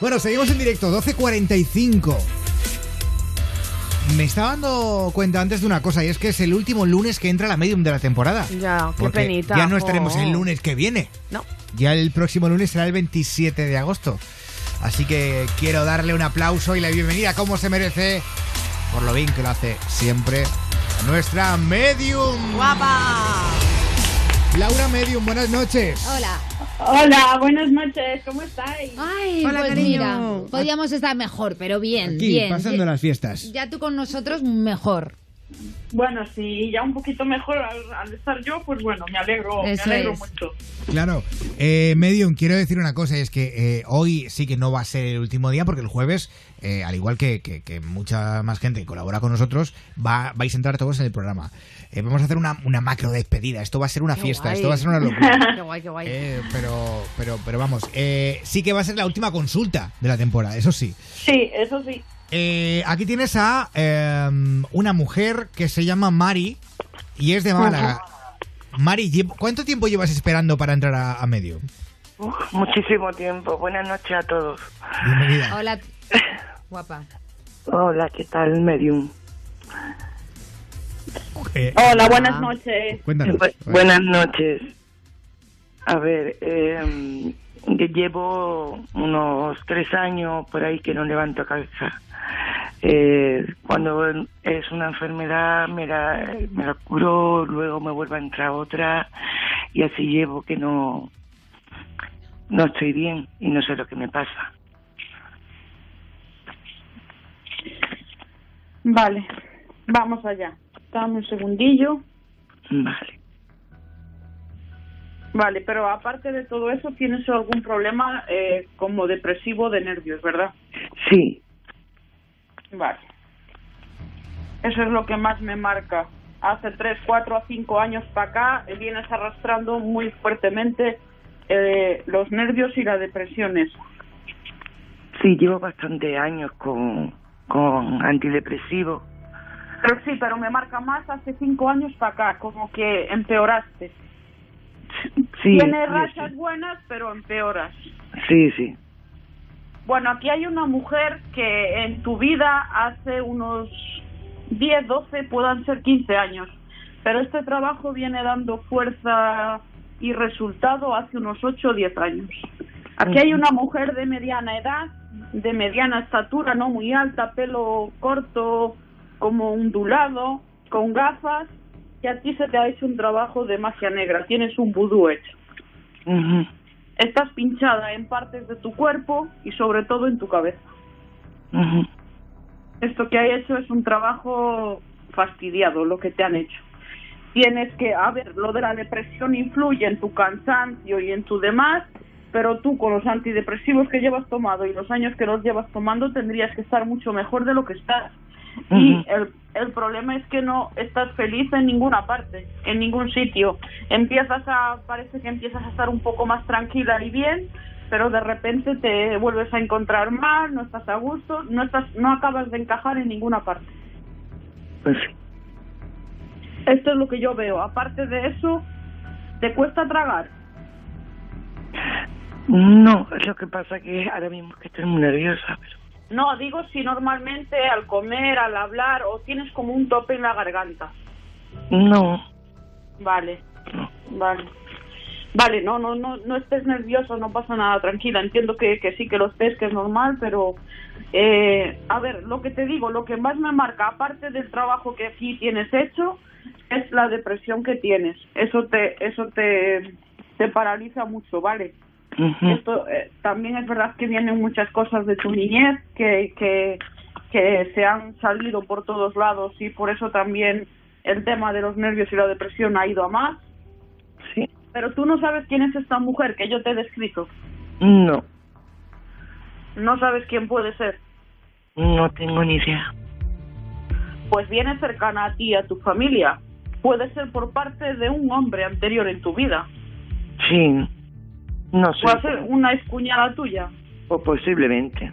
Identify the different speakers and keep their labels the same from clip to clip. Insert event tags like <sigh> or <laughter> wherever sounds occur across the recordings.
Speaker 1: Bueno, seguimos en directo, 12.45. Me estaba dando cuenta antes de una cosa, y es que es el último lunes que entra la medium de la temporada.
Speaker 2: Ya, qué
Speaker 1: Porque
Speaker 2: penita.
Speaker 1: Ya no estaremos
Speaker 2: jo.
Speaker 1: el lunes que viene.
Speaker 2: No.
Speaker 1: Ya el próximo lunes será el 27 de agosto. Así que quiero darle un aplauso y la bienvenida como se merece, por lo bien que lo hace siempre, a nuestra medium.
Speaker 2: <laughs> ¡Guapa!
Speaker 1: Laura Medium, buenas noches.
Speaker 3: Hola.
Speaker 4: Hola, buenas noches, ¿cómo estáis?
Speaker 3: Ay,
Speaker 2: Hola,
Speaker 3: pues
Speaker 2: cariño.
Speaker 3: mira, podíamos estar mejor, pero bien,
Speaker 1: Aquí,
Speaker 3: bien.
Speaker 1: pasando
Speaker 3: Ya-
Speaker 1: las fiestas.
Speaker 3: Ya tú con nosotros mejor.
Speaker 4: Bueno, sí, ya un poquito mejor al, al estar yo, pues bueno, me alegro,
Speaker 3: Eso
Speaker 4: me alegro
Speaker 3: es.
Speaker 4: mucho.
Speaker 1: Claro. Eh, Medium, quiero decir una cosa, y es que eh, hoy sí que no va a ser el último día, porque el jueves, eh, al igual que, que- que mucha más gente que colabora con nosotros, va, vais a entrar todos en el programa. Eh, vamos a hacer una, una macro despedida. Esto va a ser una
Speaker 2: Qué
Speaker 1: fiesta,
Speaker 2: guay.
Speaker 1: esto va a ser una locura.
Speaker 2: <laughs> Qué guay, qué guay.
Speaker 1: Eh, pero, pero, pero vamos, eh, sí que va a ser la última consulta de la temporada, eso sí.
Speaker 4: Sí, eso sí.
Speaker 1: Eh, aquí tienes a eh, una mujer que se llama Mari y es de Málaga. Mari, lle- ¿cuánto tiempo llevas esperando para entrar a, a medio?
Speaker 5: Uf, muchísimo tiempo. Buenas noches a todos.
Speaker 1: Bienvenida.
Speaker 2: <laughs>
Speaker 3: Hola. Guapa.
Speaker 5: Hola, ¿qué tal, Medium?
Speaker 1: Eh,
Speaker 4: Hola, buenas noches.
Speaker 1: cuéntanos.
Speaker 5: Bu- buenas noches. A ver, eh, que llevo unos tres años por ahí que no levanto cabeza. Eh, cuando es una enfermedad me la, me la curo, luego me vuelve a entrar otra y así llevo que no, no estoy bien y no sé lo que me pasa.
Speaker 4: Vale, vamos allá. Dame un segundillo.
Speaker 5: Vale.
Speaker 4: Vale, pero aparte de todo eso, ¿tienes algún problema eh, como depresivo de nervios, verdad?
Speaker 5: Sí,
Speaker 4: Vale. Eso es lo que más me marca. Hace 3, 4 a 5 años para acá eh, vienes arrastrando muy fuertemente eh, los nervios y las depresiones.
Speaker 5: Sí, llevo bastante años con, con antidepresivos.
Speaker 4: Pero sí, pero me marca más hace 5 años para acá, como que empeoraste.
Speaker 5: Sí,
Speaker 4: Tiene
Speaker 5: sí,
Speaker 4: rachas
Speaker 5: sí.
Speaker 4: buenas, pero empeoras.
Speaker 5: Sí, sí.
Speaker 4: Bueno, aquí hay una mujer que en tu vida hace unos 10, 12, puedan ser 15 años, pero este trabajo viene dando fuerza y resultado hace unos 8 o 10 años. Aquí hay una mujer de mediana edad, de mediana estatura, no muy alta, pelo corto, como ondulado, con gafas, que a ti se te ha hecho un trabajo de magia negra, tienes un vudú hecho.
Speaker 5: Ujú,
Speaker 4: Estás pinchada en partes de tu cuerpo y sobre todo en tu cabeza.
Speaker 5: ujú.
Speaker 4: Esto que ha hecho es un trabajo fastidiado, lo que te han hecho. Tienes que, a ver, lo de la depresión influye en tu cansancio y en tu demás, pero tú con los antidepresivos que llevas tomado y los años que los llevas tomando tendrías que estar mucho mejor de lo que estás. Y
Speaker 5: Ujú.
Speaker 4: el, el problema es que no estás feliz en ninguna parte, en ningún sitio. Empiezas a, parece que empiezas a estar un poco más tranquila y bien, pero de repente te vuelves a encontrar mal, no estás a gusto, no estás, no acabas de encajar en ninguna parte.
Speaker 5: Pues sí.
Speaker 4: Esto es lo que yo veo. Aparte de eso, te cuesta tragar.
Speaker 5: No, lo que pasa que ahora mismo que estoy muy nerviosa, pero
Speaker 4: No, digo si normalmente al comer, al hablar o tienes como un tope en la garganta.
Speaker 5: no,
Speaker 4: Vale,
Speaker 5: no.
Speaker 4: vale. Vale, no, no, no, no estés nervioso, no pasa nada, tranquila. Entiendo que, que sí que lo estés, que es normal, pero eh, a ver, lo que te digo, lo que más me marca, aparte del trabajo que aquí tienes hecho, es la depresión que tienes. Eso te, eso te, te paraliza mucho, ¿vale?
Speaker 5: Ujú,
Speaker 4: Esto, eh, también es verdad que vienen muchas cosas de tu niñez que, que, que se han salido por todos lados y por eso también el tema de los nervios y la depresión ha ido a más.
Speaker 5: Sí.
Speaker 4: Pero tú no sabes quién es esta mujer que yo te he descrito.
Speaker 5: No,
Speaker 4: No sabes quién puede ser.
Speaker 5: no tengo ni idea.
Speaker 4: Pues viene cercana a ti, a tu familia. Puede ser por parte de un hombre anterior en tu vida.
Speaker 5: Sí. No sé.
Speaker 4: Puede ser una excuñada tuya.
Speaker 5: O posiblemente.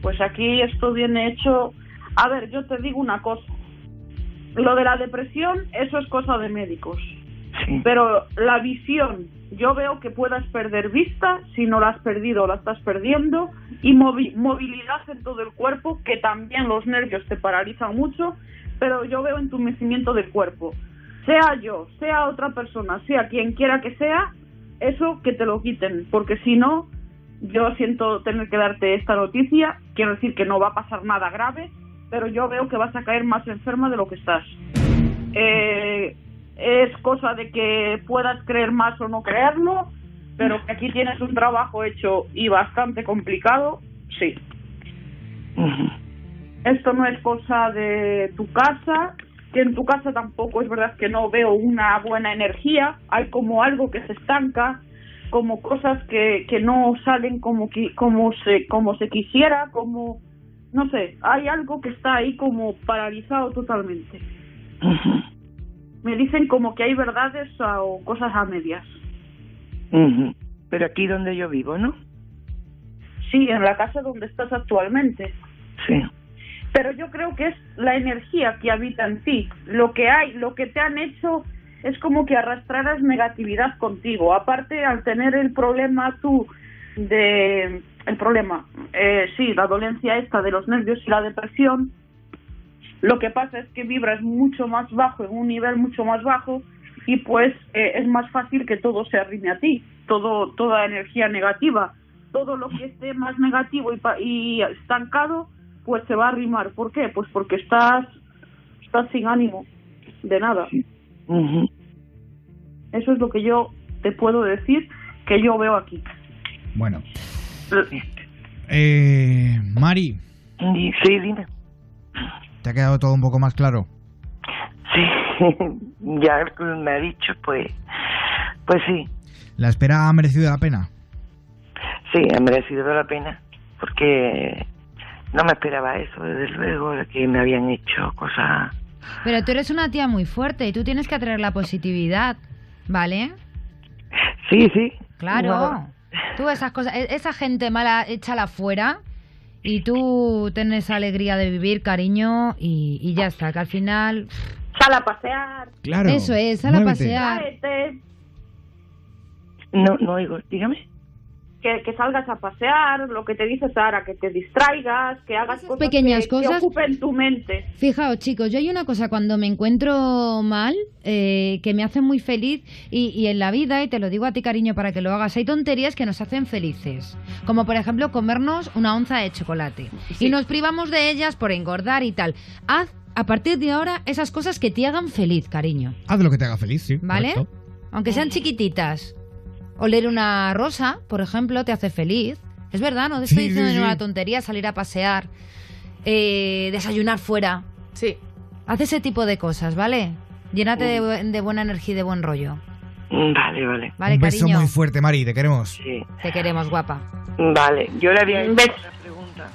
Speaker 4: Pues aquí esto viene hecho. A ver, yo te digo una cosa. Lo de la depresión, eso es cosa de médicos.
Speaker 5: Sí.
Speaker 4: Pero la visión yo veo que puedas perder vista, si no la has perdido o la estás perdiendo, y movi- movilidad en todo el cuerpo, que también los nervios te paralizan mucho, pero yo veo entumecimiento del cuerpo. Sea yo, sea otra persona, sea quien quiera que sea, eso que te lo quiten, porque si no, yo siento tener que darte esta noticia, quiero decir que no va a pasar nada grave, pero yo veo que vas a caer más enferma de lo que estás. Eh, es cosa de que puedas creer más o no creerlo, pero que aquí tienes un trabajo hecho y bastante complicado, sí.
Speaker 5: Ujú.
Speaker 4: Esto no es cosa de tu casa, que en tu casa tampoco es verdad que no veo una buena energía, hay como algo que se estanca, como cosas que, que no salen como, qui- como, se, como se quisiera, como, no sé, hay algo que está ahí como paralizado totalmente.
Speaker 5: Ujú.
Speaker 4: Me dicen como que hay verdades a- o cosas a medias.
Speaker 5: Ujú. Pero aquí donde yo vivo, ¿no?
Speaker 4: Sí, en la casa donde estás actualmente.
Speaker 5: Sí.
Speaker 4: pero yo creo que es la energía que habita en ti, lo que hay, lo que te han hecho es como que arrastraras negatividad contigo. Aparte, al tener el problema tú de el problema, eh, sí, la dolencia esta de los nervios y la depresión, lo que pasa es que vibras mucho más bajo, en un nivel mucho más bajo, y pues eh, es más fácil que todo se arrime a ti, todo, toda energía negativa, todo lo que esté más negativo y, pa- y estancado, pues se va a arrimar. ¿Por qué? Pues porque estás, estás sin ánimo de nada.
Speaker 5: Ujú.
Speaker 4: Eso es lo que yo te puedo decir que yo veo aquí.
Speaker 1: Bueno, eh, Mari,
Speaker 5: Y- Sí, dime.
Speaker 1: ¿te ha quedado todo un poco más claro?
Speaker 5: Sí, <laughs> ya me ha dicho, pues, pues sí,
Speaker 1: ¿La espera ha merecido la pena?
Speaker 5: sí, ha merecido la pena, porque no me esperaba eso, desde luego, de que me habían hecho cosas.
Speaker 3: Pero tú eres una tía muy fuerte y tú tienes que atraer la positividad, ¿vale?
Speaker 5: Sí, sí.
Speaker 3: Claro.
Speaker 5: No,
Speaker 3: Tú esas cosas, e- esa gente mala, échala fuera y tú ten esa alegría de vivir, cariño y, y ya está, que al final...
Speaker 4: Sal a pasear,
Speaker 1: Claro.
Speaker 3: Eso es, sal a
Speaker 1: muévete.
Speaker 3: pasear.
Speaker 4: tráete,
Speaker 5: no, no oigo, dígame.
Speaker 4: que, que salgas a pasear, lo que te dice Sara, que te distraigas, que hagas
Speaker 3: Esas
Speaker 4: cosas
Speaker 3: pequeñas
Speaker 4: que,
Speaker 3: cosas.
Speaker 4: que ocupen tu mente.
Speaker 3: Fijaos, chicos, yo hay una cosa cuando me encuentro mal eh, que me hace muy feliz y, y en la vida, y te lo digo a ti, cariño, para que lo hagas, hay tonterías que nos hacen felices. Como por ejemplo comernos una onza de chocolate. Y nos privamos de ellas por engordar y tal. Haz a partir de ahora esas cosas que te hagan feliz, cariño.
Speaker 1: Haz lo que te haga feliz, sí.
Speaker 3: ¿Vale?
Speaker 1: correcto.
Speaker 3: Aunque sean chiquititas. Oler una rosa, por ejemplo, te hace feliz. Es verdad, no te
Speaker 1: Sí,
Speaker 3: estoy
Speaker 1: sí,
Speaker 3: diciendo
Speaker 1: sí.
Speaker 3: ninguna tontería, salir a pasear, eh, desayunar fuera.
Speaker 2: Sí.
Speaker 3: Haz ese tipo de cosas, ¿vale? Llénate de, bu- de buena energía y de buen rollo.
Speaker 5: Mm, Vale, vale.
Speaker 3: ¿Vale,
Speaker 1: un beso
Speaker 3: cariño?
Speaker 1: muy fuerte, Mari, te queremos.
Speaker 5: Sí,
Speaker 3: Te queremos, guapa.
Speaker 5: vale. Yo le había hecho
Speaker 4: Un beso.
Speaker 5: otra pregunta.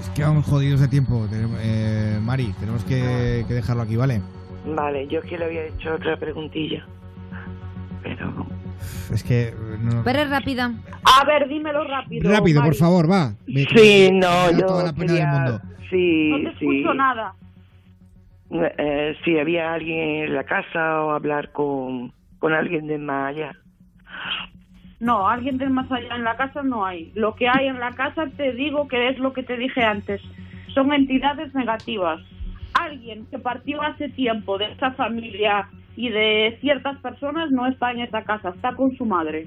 Speaker 1: Es que vamos jodidos de tiempo, tenemos- eh, Mari, tenemos que, que dejarlo aquí, ¿vale?
Speaker 5: Vale, yo es que le había hecho otra preguntilla. Pero.
Speaker 1: Es que... eh, no-
Speaker 3: Pero es rápida.
Speaker 4: A ver, dímelo rápido.
Speaker 1: Rápido, por
Speaker 4: Mari.
Speaker 1: favor, va. Ve-
Speaker 5: Sí, no,
Speaker 1: Me da
Speaker 5: yo.
Speaker 1: toda la pena
Speaker 5: quería-
Speaker 1: del mundo.
Speaker 5: Sí,
Speaker 4: No te
Speaker 5: sí.
Speaker 4: escucho nada.
Speaker 5: Eh, si había alguien en la casa o hablar con, con alguien de más allá.
Speaker 4: No, alguien del más allá en la casa no hay. Lo que hay en la casa te digo que es lo que te dije antes. Son entidades negativas. Alguien que partió hace tiempo de esta familia y de ciertas personas no está en esta casa, está con su madre.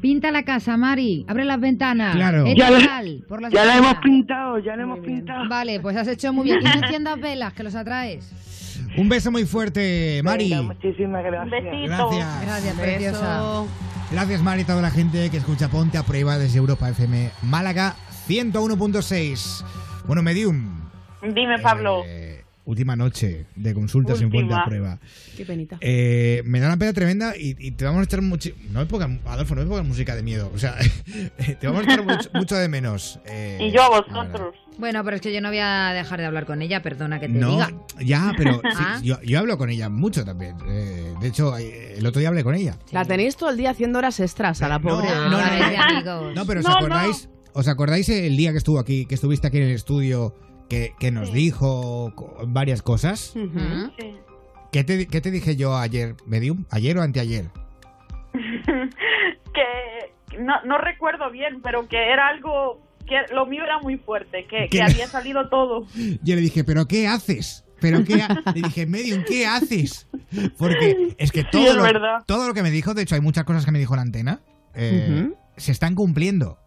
Speaker 3: Pinta la casa, Mari. Abre las ventanas.
Speaker 1: Claro.
Speaker 3: Echa
Speaker 5: Ya la-
Speaker 3: sal por las
Speaker 5: Ya la hemos
Speaker 3: ventanas.
Speaker 5: pintado, ya la hemos pintado.
Speaker 3: Vale, pues has hecho muy bien. ¿Quién enciendas velas que los atraes?
Speaker 1: Un beso muy fuerte, Mari.
Speaker 5: Venga, muchísimas gracias.
Speaker 4: Besito.
Speaker 1: Gracias.
Speaker 3: Gracias, preciosa.
Speaker 2: Beso.
Speaker 1: Gracias, Mari, a toda la gente que escucha Ponte a Prueba desde Europa FM Málaga 101.6. Bueno, Medium.
Speaker 4: Dime, Pablo.
Speaker 1: eh, última noche de consultas en Ponte a
Speaker 4: Última.
Speaker 1: Prueba.
Speaker 2: Qué penita.
Speaker 1: Eh, me da una pena tremenda y, y te vamos a echar mucho. No me pongas, Adolfo, no me pongas música de miedo. O sea, <laughs> eh, te vamos a echar mucho, mucho de menos. eh,
Speaker 4: y yo a
Speaker 1: la verdad.
Speaker 4: vosotros.
Speaker 3: Bueno, pero es que yo no voy a dejar de hablar con ella, perdona que te
Speaker 1: No,
Speaker 3: diga.
Speaker 1: ya,
Speaker 3: <laughs>
Speaker 1: pero sí,
Speaker 3: Ah.
Speaker 1: yo, yo hablo con ella mucho también. Eh, de hecho, eh, el otro día hablé con ella.
Speaker 2: La tenéis todo el día haciendo horas extras a la pobre.
Speaker 1: No,
Speaker 3: Ah,
Speaker 1: no,
Speaker 3: vale,
Speaker 1: no.
Speaker 3: de amigos.
Speaker 1: No, pero ¿os
Speaker 4: No,
Speaker 1: acordáis? ¿Os acordáis el día que estuvo aquí, que estuviste aquí en el estudio, que, que nos dijo co- varias cosas?
Speaker 4: Hmm.
Speaker 2: Ujú.
Speaker 3: ¿Mm?
Speaker 4: Sí.
Speaker 1: ¿Qué te, qué te dije yo ayer, Medium? ¿Ayer o anteayer?
Speaker 4: que no, no recuerdo bien, pero que era algo, que lo mío era muy fuerte, que, que
Speaker 1: ¿Qué?
Speaker 4: había salido todo.
Speaker 1: Yo le dije, ¿pero qué haces? ¿Pero qué ha-?" Le dije, Medium, ¿qué haces? Porque es que
Speaker 4: Sí,
Speaker 1: todo,
Speaker 4: es
Speaker 1: lo,
Speaker 4: verdad.
Speaker 1: todo lo que me dijo, de hecho hay muchas cosas que me dijo la antena, eh,
Speaker 2: Ujú.
Speaker 1: se están cumpliendo.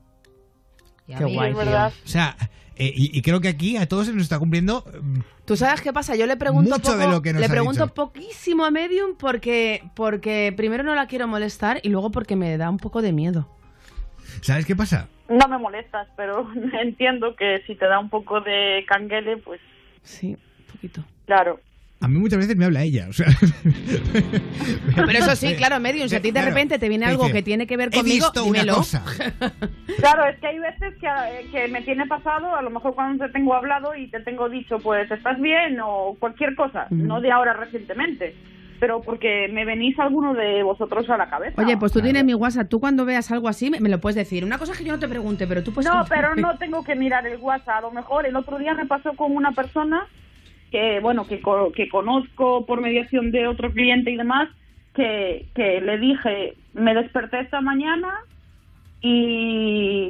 Speaker 3: Ya
Speaker 2: Qué
Speaker 3: ves.
Speaker 2: guay,
Speaker 4: es verdad.
Speaker 1: O sea, eh, y, y creo que aquí a todos se nos está cumpliendo. mm,
Speaker 2: Tú sabes qué pasa, yo le pregunto
Speaker 1: Mucho
Speaker 2: poco-
Speaker 1: de lo que nos
Speaker 2: le
Speaker 1: ha
Speaker 2: pregunto
Speaker 1: dicho.
Speaker 2: poquísimo a Medium porque porque primero no la quiero molestar y luego porque me da un poco de miedo.
Speaker 1: ¿Sabes qué pasa?
Speaker 4: No me molestas, pero <laughs> entiendo que si te da un poco de canguele, pues
Speaker 2: Sí, un poquito.
Speaker 4: claro.
Speaker 1: A mí muchas veces me habla ella. O sea, <laughs>
Speaker 2: Pero eso sí, claro, Medium, si a ti de
Speaker 1: Claro,
Speaker 2: repente te viene
Speaker 1: te
Speaker 2: algo
Speaker 1: dice,
Speaker 2: que tiene que ver
Speaker 1: he
Speaker 2: conmigo,
Speaker 1: visto una
Speaker 2: dímelo.
Speaker 1: cosa.
Speaker 2: <laughs>
Speaker 4: Claro, es que hay veces que, eh, que me tiene pasado, a lo mejor cuando te tengo hablado y te tengo dicho, pues, ¿estás bien? o cualquier cosa,
Speaker 2: Ujú.
Speaker 4: no de ahora recientemente, pero porque me venís alguno de vosotros a la cabeza.
Speaker 2: Oye, pues tú
Speaker 1: Claro.
Speaker 2: tienes mi WhatsApp. Tú cuando veas algo así me, me lo puedes decir. Una cosa es que yo no te pregunte, pero tú puedes.
Speaker 4: No, pero no tengo que mirar el WhatsApp. A lo mejor el otro día me pasó con una persona que, bueno, que, co- que conozco por mediación de otro cliente y demás, que, que le dije, me desperté esta mañana y,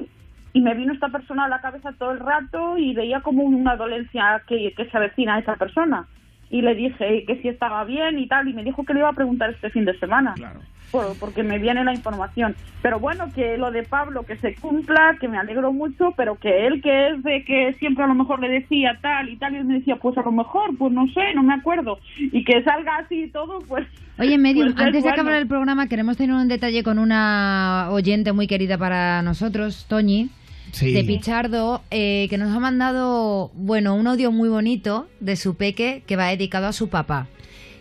Speaker 4: y me vino esta persona a la cabeza todo el rato y veía como una dolencia que, que se avecina a esta persona. Y le dije que si estaba bien y tal, y me dijo que le iba a preguntar este fin de semana.
Speaker 1: Claro.
Speaker 4: Por- porque me viene la información. Pero bueno, que lo de Pablo, que se cumpla, que me alegro mucho, pero que él que es de que siempre a lo mejor le decía tal y tal, y él me decía, pues a lo mejor, pues no sé, no me acuerdo. Y que salga así y todo, pues...
Speaker 3: Oye, Medium,
Speaker 4: pues, es
Speaker 3: antes de
Speaker 4: bueno.
Speaker 3: acabar el programa queremos tener un detalle con una oyente muy querida para nosotros, Toñi,
Speaker 1: Sí.
Speaker 3: de Pichardo, eh, que nos ha mandado, bueno, un audio muy bonito de su peque que va dedicado a su papá.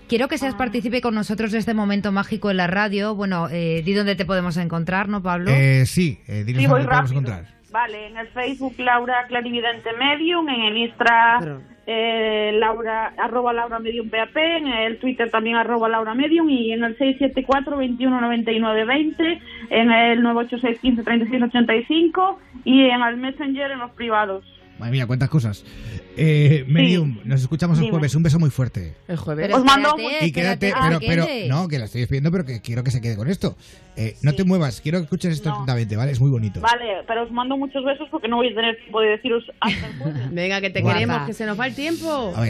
Speaker 3: Quiero que seas
Speaker 4: Ah.
Speaker 3: partícipe con nosotros de este momento mágico en la radio. Bueno, eh, di dónde te podemos encontrar, ¿no, Pablo?
Speaker 1: Eh, sí, eh, dinos
Speaker 4: Sí, voy
Speaker 1: dónde te podemos
Speaker 4: rápido.
Speaker 1: encontrar.
Speaker 4: Vale, en el Facebook Laura Clarividente Medium, en el Insta eh, Laura, arroba Laura Medium PAP, en el Twitter también arroba Laura Medium y en el 674-2199-20, en el 986-15-3685 y en el Messenger en los privados.
Speaker 1: Madre mía, cuántas cosas. Eh, Medium, nos escuchamos el
Speaker 4: Dime.
Speaker 1: jueves. Un beso muy fuerte.
Speaker 2: El jueves.
Speaker 3: Pero
Speaker 4: Os mando un-
Speaker 2: Eh,
Speaker 3: espérate,
Speaker 1: y quédate,
Speaker 3: Pues espérate
Speaker 1: pero,
Speaker 3: que
Speaker 1: pero,
Speaker 3: se quede.
Speaker 1: no, que la estoy despidiendo, pero que quiero que se quede con esto. Eh, no
Speaker 4: Sí.
Speaker 1: te muevas, quiero que escuches esto
Speaker 4: No.
Speaker 1: atentamente, ¿vale? Es muy bonito.
Speaker 4: Vale, pero os mando muchos besos porque no voy a tener tiempo de deciros hasta el jueves.
Speaker 2: Venga, que te
Speaker 1: Guapa.
Speaker 2: queremos, que se nos va el tiempo.
Speaker 1: A ver,